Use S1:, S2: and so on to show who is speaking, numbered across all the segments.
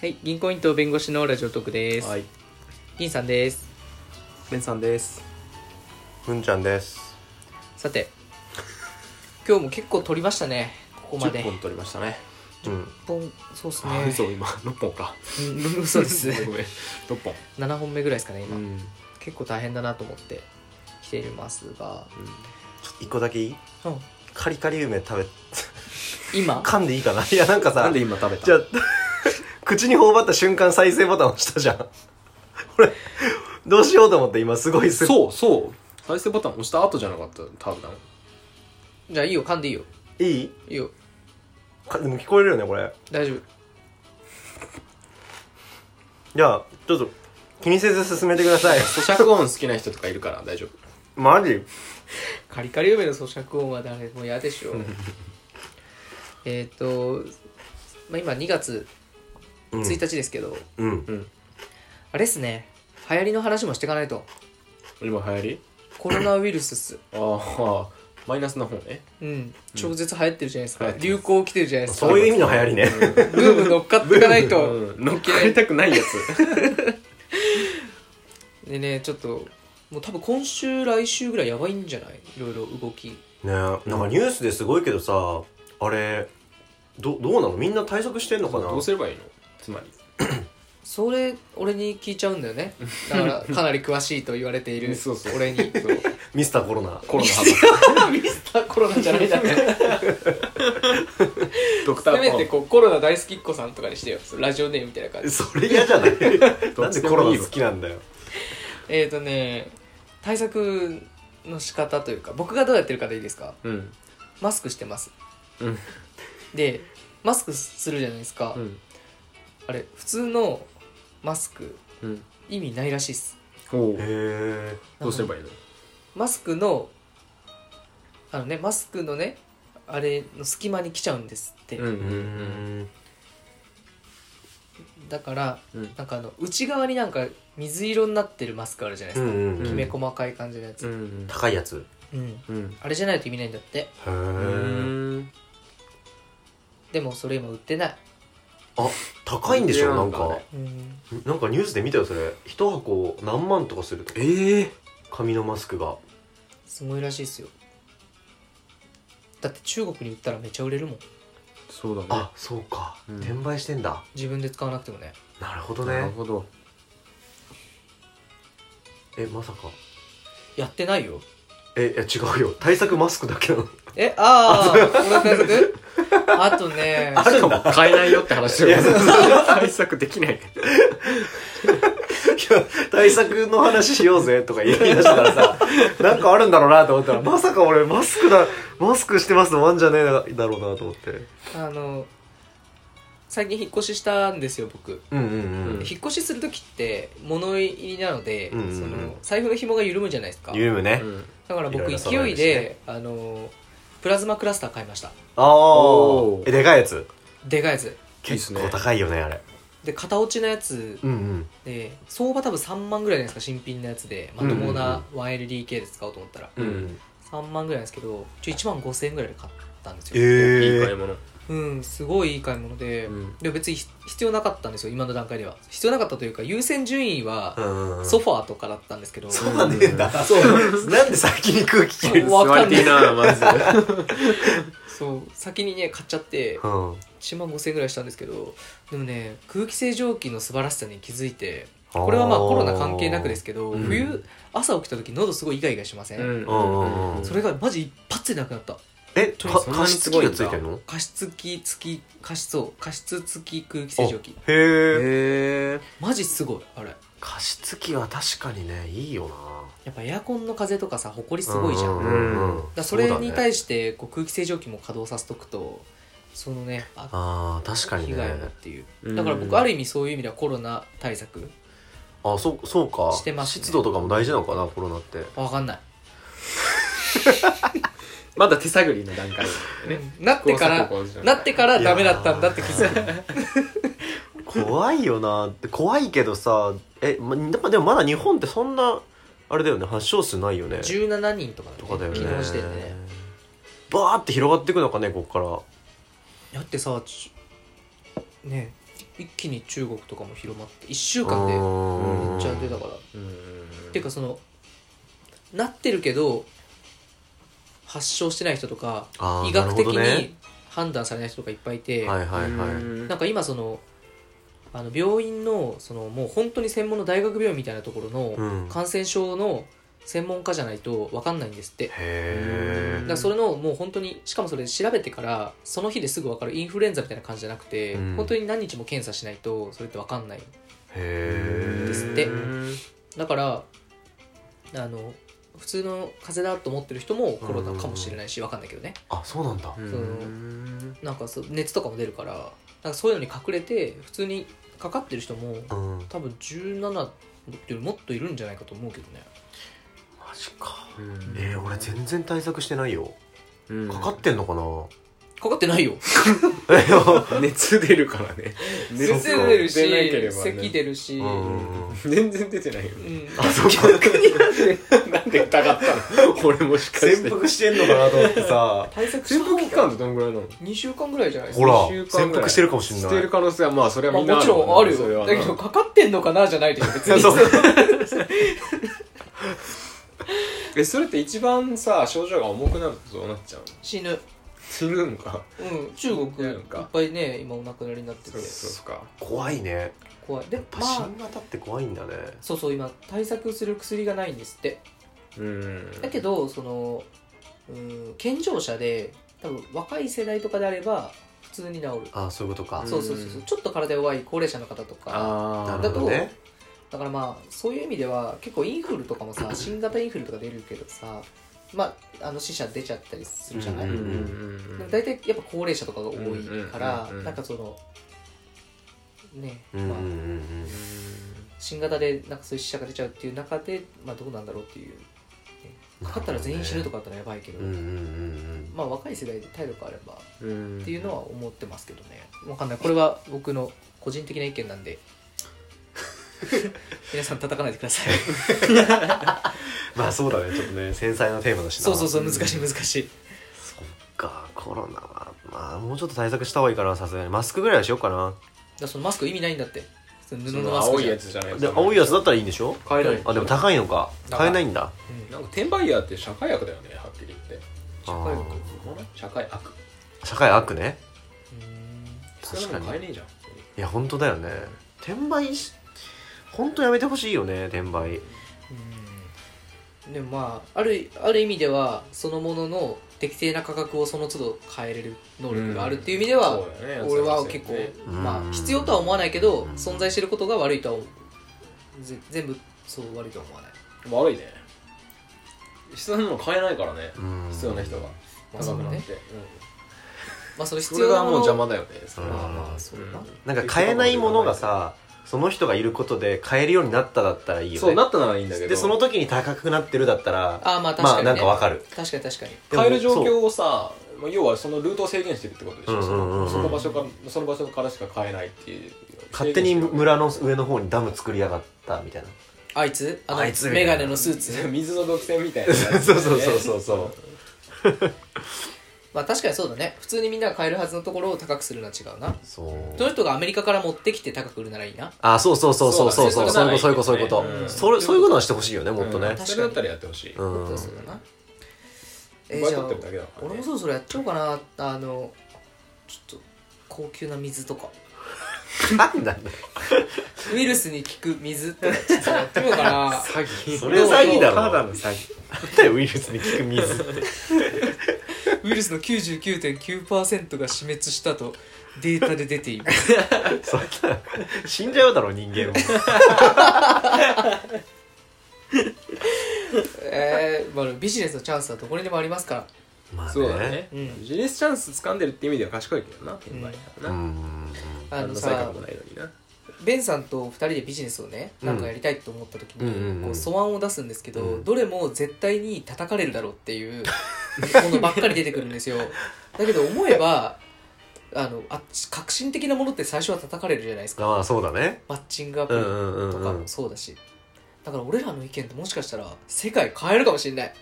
S1: はい、銀行員と弁護士のラジオトークです。
S2: はい、
S1: 銀さんです。
S2: ベンさんです。
S3: ふんちゃんです
S1: さて、今日も結構撮りましたね。ここまで。
S2: 10本取りましたね。
S3: うん
S1: 本、そうです
S2: あ、
S1: ね
S2: 嘘、今6本か。
S1: うん。嘘 です。
S2: ごめんごめん、6本。
S1: 7本目ぐらいですかね、今。
S2: うん、
S1: 結構大変だなと思って来ていますが。
S3: ちょっと一個だけいい
S1: うん、
S3: カリカリ梅食べ
S1: 今、
S3: 噛んでいいかないや なんかさ
S2: なんで今食べた。
S3: じゃあ 口に頬張った瞬間再生ボタン押したじゃん 俺どうしようと思って今すごいす
S2: そうそう、再生ボタン押した後じゃなかった、多分。
S1: じゃあいいよ、噛んでいいよ。
S3: いい
S1: いいよ、
S3: かでも聞こえるよねこれ
S1: 大丈夫。
S3: じゃあちょっと気にせず進めてく ださい
S2: 咀嚼音好きな人とかいるから大丈夫。
S3: マジ
S1: カリカリ梅の咀嚼音は誰も嫌でしょう。 えっと、まあ、今2月
S3: うん
S1: 1日ですけど、
S3: うん
S2: うん。
S1: あれっすね、流行りの話もしていかないと。
S2: 今流行り
S1: コロナウイルスっす。
S2: ああ、マイナスな方ね。
S1: うん、超絶流行ってるじゃないですか、
S2: 流行って
S1: 流行来てるじゃないですか
S3: そういう意味の流行りね
S1: ブーム乗っかっていかないと
S2: うん、乗っかりたくないやつ。
S1: でねちょっともう多分今週来週ぐらいやばいんじゃないいろいろ動き
S3: ねえなんかニュースですごいけどさあれどどうなのみんな対策してんのかな
S2: どうすればいいのつまり。
S1: それ俺に聞いちゃうんだよねだから かなり詳しいと言われている
S2: そうそう
S1: 俺に
S2: そう
S3: ミスターコロナ
S2: コロナ
S1: ミスミスターコロナじゃ ないだろ
S2: ドクタ
S1: せ
S2: ー
S1: めてこうコロナ大好きっ子さんとかにしてよそのラジオネームみたいな感じ
S3: それ嫌じゃない
S2: ど
S3: な
S2: っ
S3: ん
S2: ちで
S3: でコ
S2: も
S3: ロ
S2: いい
S3: ナ
S2: わ
S3: 好きなんだよ
S1: えっ、ー、とね対策の仕方というか僕がどうやってるかでいいですか
S2: うん。
S1: マスクしてます
S2: うん。
S1: でマスクするじゃないですか、
S2: うん。
S1: あれ普通のマスク
S2: うん。
S1: 意味ないらしいっす
S2: おう
S3: へ
S2: どうすればいいの
S1: マスクのあのねマスクのねあれの隙間に来ちゃうんですって、
S2: うんう
S3: えうんん
S1: だから
S2: うん。
S1: なんかあの内側になんか水色になってるマスクあるじゃないで
S3: う
S1: すか、
S3: んう
S1: き
S3: ん
S1: め細かい感じのやつ、
S2: う
S1: うん
S2: ん。
S3: 高いやつ
S2: うん。
S1: あれじゃないと意味ないんだって
S3: へえ
S2: ん。
S1: でもそれ今売ってない、
S3: あ高いんでしょなん
S2: なん
S3: か
S2: かね
S3: なんかニュースで見たよそれ一箱何万とかすると
S2: ええ
S3: 紙のマスクが
S1: すごいらしいっすよだって中国に売ったらめっちゃ売れるもん
S2: そうだね
S3: あそうか
S2: うん
S3: 転売してんだ
S1: 自分で使わなくてもね
S3: なるほど
S2: なる
S3: ね
S2: ほど
S3: えまさか
S1: やってないよ
S3: えいや違うよ対策マスクだけなの
S1: えああ俺の対 策あとね
S2: しかも買えないよって話だよね対策できない
S3: 対策の話しようぜとか言い出したからさ なんかあるんだろうなと思ったらまさか俺マスクだマスクしてますのワンじゃねえだろうなと思って
S1: あの最近引っ越ししたんですよ僕
S3: うんうん
S2: うん
S1: 引っ越しする時って物入りなので、
S3: うんうんうん
S1: その財布の紐が緩むじゃないですか
S3: ユームね
S1: だから僕
S3: いろいろ
S1: 勢
S3: 揃え
S1: い
S3: るし
S1: で
S3: ね
S1: あのプラズマクラスター買いました
S3: ああ
S2: おー
S3: えでかいやつ
S1: でかいやつ
S2: いいっす
S3: 結
S2: ね
S3: 構高いよねあれ
S1: で片落ちのやつ
S3: うんうん
S1: で相場多分3万ぐらいじゃないですか新品のやつでまとも
S3: う
S1: なん 1LDK で使おうと思ったら、
S2: うん
S1: 3万ぐらいなんですけどちょ1万5000円ぐらいで買ったんです
S3: え
S1: よ
S2: いい買い
S3: え
S2: 物
S1: うんすごいいい買い物で、
S2: うん
S1: でも別にひ必要なかったんですよ今の段階では必要なかったというか優先順位は
S3: うんうん
S1: ソファーとかだったんですけど、
S3: そうなんねえんだそうなんで先に空気切れる
S1: わか
S2: 座
S1: ん
S2: り
S1: ない
S2: ていなまず
S1: そう先にね買っちゃって
S3: うん
S1: 1万5000円ぐらいしたんですけどでもね空気清浄機の素晴らしさに気づいてこれはまあコロナ関係なくですすけど、
S2: うん
S1: 冬朝起きた時喉すごいイガイガしません、
S2: うん
S3: うんうん
S1: それがマジ一発でなくなった
S3: え
S2: ちょ
S3: か
S2: っとそんなに
S3: 加湿器がついて
S2: すごい
S3: ん
S2: ん
S3: の
S1: 加湿器付き加湿そう加湿付き空気清浄機
S3: へえ
S2: へえ
S1: マジすごいあれ
S3: 加湿器は確かにねいいよな
S1: やっぱエアコンの風とかさほこりすごいじゃん
S3: う
S1: だ
S3: う
S1: か
S3: うんうん
S1: らそれに対
S3: して
S1: してこう空気清浄機も稼働させとくとそのねあ
S3: ああ確かに
S1: 被害もっ
S3: ね
S1: ていう
S2: うん
S1: だから僕ある意味そういう意味ではコロナ対策
S3: あそうそうか
S1: してますね
S3: 湿度とかも大事なのかなコロナって
S1: わかんない、
S2: まだ手探りの段階だよね
S1: なってから
S2: こうさこう
S1: なってからダメだったんだって気づく
S3: 怖いよなって怖いけどさえまでもまだ日本ってそんなあれだよね発症数ないよね
S1: 17人とか
S3: とかだよね
S1: 昨日時点でね
S3: バーって広がっていくのかねこっから
S1: だってさちね一気に中国とかも広まって1週
S3: 週
S1: 間でめ
S3: め
S1: っちゃ出たから
S2: うん
S1: っていうかそのなってるけど発症してない人とか
S3: あー
S1: 医学的
S3: なるほどね
S1: に判断されない人とかいっぱいいて
S3: はいはいはい
S2: うん
S1: なんか今そのあの病院のそのもう本当に専門の大学病院みたいなところ
S3: う
S1: の
S3: んへ
S1: 感染症の専門家じゃないと分かんないんですってだ
S3: え
S1: からそれのもう本当にしかもそれ調べてからその日ですぐ分かるインフルエンザみたいな感じじゃなくて、
S3: うん
S1: 本当に何日も検査しないとそれって分かんない
S3: へえ
S1: ですってだからあの普通の風邪だと思ってる人もコロナかもしれないし分かんないけどね
S3: あそうなんだ
S2: うん
S1: なんかそう熱とかも出るからなんかそういうのに隠れて普通にかかってる人も
S3: うん
S1: 多分17っていうよりもっといるんじゃないかと思うけどね
S3: マジか
S2: うん
S3: えー、俺全然対策してないよ
S2: うん
S3: かかってんのかな
S1: かかってないよ
S2: 熱出るからね
S1: 熱出るし
S2: 出なければね
S1: 咳出るし、
S3: うん
S2: 全然出てないよ
S1: う
S2: ね
S1: ん
S3: あそうか
S2: なんで疑ったの俺もしかして
S3: 潜伏してんのかなと思ってさ
S1: 対策し
S2: 潜
S1: た
S2: 伏
S1: 方
S2: 期
S1: が
S2: 間ってどんぐらいなの
S1: 2週間ぐらいじゃないです
S3: ほ
S1: から
S2: 一週間
S3: 潜
S2: ぐらい
S3: 伏してるかもしん
S2: し
S3: な
S2: て
S3: い
S2: る可能性はまあそれは
S1: まあ
S2: みんな
S1: もちろんあるよだけどかかってんのかなじゃないでしょ別に
S3: そう
S2: えそれって一番さ症状が重くなるとどうなっちゃうの
S1: 死ぬ
S2: 死ぬのか
S1: うん中国いっぱいね今お亡くなりになってて
S2: うか
S3: 怖いねやっ
S1: 怖いで
S3: ぱ
S1: まあ
S3: 新型って怖いんだね
S1: そうそう今対策する薬がないんですって
S2: うん
S1: だけどそのうん健常者で多分若い世代とかであれば普通に治る、
S3: あそういうことか
S1: そうそうそうそうちょっと体弱い高齢者の方とか
S2: あ
S3: な
S2: あ
S3: るほどね
S1: だからまあそういう意味では結構インフルとかもさ新型インフルとか出るけどさまああの死者出ちゃったりするじゃない、
S3: うんうん
S1: でも大体やっぱ高齢者とかが多いから、
S2: うんうんうんうん
S1: なんかそのね
S3: うんうん
S1: まあ新型でなんかそういう死者が出ちゃうっていう中で、まあ、どうなんだろうっていう
S3: うん
S1: かかったら全員死ぬとかだったらやばいけど、
S3: うんうんうん
S1: まあ若い世代で体力あればっ
S2: って
S1: いうのは思ってますけどねわかんないこれは僕の個人的な意見なん で皆さん叩かないでくださ い
S3: まあそうだねちょっとね繊細なテーマだしな
S1: そうそうそう難しい難しい
S3: そっかコロナはまあもうちょっと対策した方がいいかなさすがにマスクぐらいはしようかな
S1: だそのマスク意味ないんだってその布
S2: そ
S1: の
S2: の
S1: マス
S2: 青
S1: ク
S2: い
S1: じゃ
S2: や
S1: ん
S2: つじゃない
S3: で青いやつだった
S2: ら
S3: らいいんでしょ
S2: 買えない
S3: あでも高いのか買えないんだ
S1: うん
S2: なんか転売ヤーって社会悪だよねはっきり言って
S1: 社会
S3: あ
S1: 学
S2: 社会悪
S3: ー社会悪ね
S2: そ
S3: 確
S2: んな
S3: か
S2: の
S3: に
S2: 買えねえじゃん
S3: いや本当だよね転売し本当やめてほしいよね転売
S1: うんでもまああるある意味ではそのものの適正な価格をその都度変えれる能力があるっていう意味では、
S2: そうだよね
S1: 俺は結構、
S3: うん
S1: まあ必要とは思わないけど
S3: うん
S1: 存在してることが悪いとは思うぜ全部そう悪いとは思わない、
S2: 悪いね必要なの買えないからね
S3: うん
S2: 必要な人が
S1: まあ、そう
S2: 高くなっ
S1: ね
S2: て
S1: まあその
S2: そ
S1: 必
S2: れ
S1: 要
S2: が
S1: な
S2: も
S1: も
S2: う
S1: の
S2: 邪魔だよねそれ
S1: まあ
S2: は
S1: まあそうな、
S3: なんか買えないものがさその人がいることで買えるようになっただったらいいよね
S2: そうなったならいいんだけど
S3: でその時に高くなってるだったら
S1: ああまあ確
S3: ま
S1: か
S3: あ
S1: に、ね
S3: なんかわかる
S1: 確かに確かに
S2: 変える状
S3: そう
S2: 況をさまあ要はそのルートを制限してるってことでしょ、
S3: うんうんうんうん
S2: そのその場所からその場所からしか買えないっていう
S3: 勝手に
S2: 無
S3: 村の上の方にダム作りやがったみたいな
S1: あいつあの
S3: あいつみたい
S1: メ
S3: な
S1: ガネのスーツ
S2: 水の独占みたいなやつね、
S3: そうそうそうそうそう
S1: まあ確かにそうだね普通にみんなが買えるはずのところを高くするのは違うな
S3: そう
S1: その人がアメリカから持ってきて高く売るならいいな
S3: あそうそうそうそうそうそう
S2: そ
S3: そうう
S2: だ
S3: い
S2: ね
S3: うことそういうことそういう
S2: うん
S3: ことそれそういうことはしてほしいよねもっと
S2: う
S3: ね
S2: んそれだったらやってほしい、
S3: う
S1: 本
S3: ん
S1: 当
S3: う
S1: は
S3: ん
S1: そうだな、え
S2: 奪
S1: ー
S2: い
S1: じゃあ
S2: 取ってるだけだから、ね、
S1: 俺もそろそろやっちゃおうかなあのちょっと高級な水とか
S3: なんだね
S1: ウイルスに効く水ってやつやってみようかな
S2: 詐欺
S3: それ詐欺だろ
S2: ただの詐欺
S3: なんだよウイルスに効く水って
S1: ウイルスの99.9%が死滅したとデータで出ている
S3: そんな死んじゃうだろ人間も
S1: えーまあ、ビジネスのチャンスはどこにでもありますから
S3: まあ
S2: そうだね、
S1: うん
S2: ビジネスチャンス掴んでるって意味では賢いけどな転売
S3: う
S2: だな、
S3: ん
S1: あの
S2: 何の成果
S1: さ
S2: もないのにな
S1: ベンさんと2人でビジネスをねなんかやりたいと思った時に、
S3: うんうんうん
S1: こう素案を出すんですけど、
S3: うん
S1: どれも絶対に叩かれるだろうって いうものばっかり出てくるんですよだけど思えばあのあ革新的なものって最初は叩かれるじゃないですか
S3: まあそうだね
S1: マッチングアプ
S3: う
S1: リ
S3: んうんうん
S1: とか
S3: うん
S1: もそうだし、だから俺らの意見ってもしかしたら世界変えるかもしれない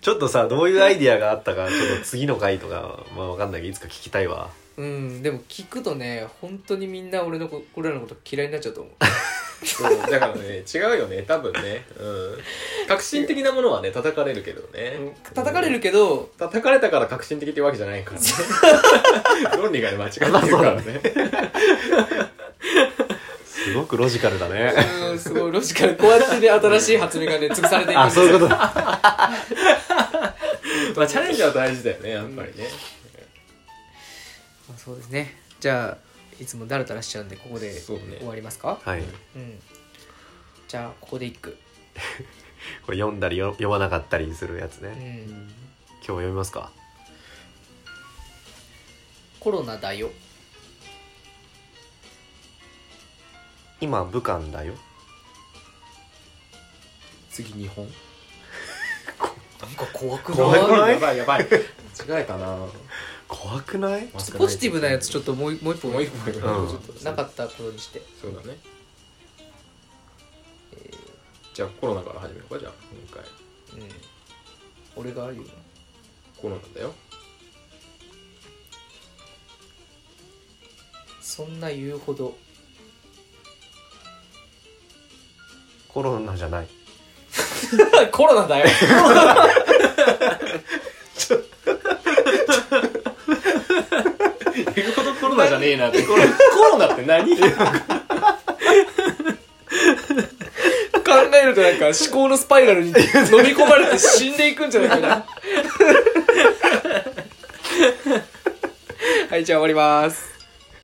S3: ちょっとさどういうアイディアがあったかちょっと次の回とかまあわかんないけどいつか聞きたいわ
S1: うんでも聞くとね本当にみんな俺のこ俺らのこと嫌いになっちゃうと思 う
S2: そうだからね違うよね多分ねうん革新的なものはね叩かれるけどね、
S1: うん叩かれるけど
S2: 叩かれたから革新的ってわけじゃな いからね論理がね間違ってるからね
S3: すごくロジカルだね
S1: うんすごいロジカルこうやってね新しい発明がね潰されていく
S3: あそういうこと だ
S2: まあチャレンジは大事だよねやっぱりね、
S1: まあそうですねじゃあいつもだらだらしちゃうんでここで
S2: そうね
S1: 終わりますか
S3: はい
S1: うんじゃあここで一句
S3: これ読んだりよ読まなかったりするやつ
S1: う
S3: ね
S1: ん
S3: 今日読みますか
S1: コロナだよ
S3: 今武漢だよ
S2: 次日本
S1: なんか怖く
S3: 怖くない
S2: やばいやばい間違えたな
S3: 怖くない
S1: ちょっとポジティブなやつちょっともうもう一
S2: と
S1: 本
S2: もう一個ち
S3: うん
S2: ょっと
S1: なかったことにして
S2: そうだね、じゃあコロナから始めようかじゃあもう一回
S1: うん俺が言うの
S2: コロナだ よ
S1: そんな言うほ ど
S3: コロナじゃない
S1: コロナだよ。
S2: 言うほどコロナじゃねえなってコロコロナって何
S1: 考えるとなんか思考のスパイラルに飲み込まれて死んでいくんじゃないかな。はい、じゃあ終わります。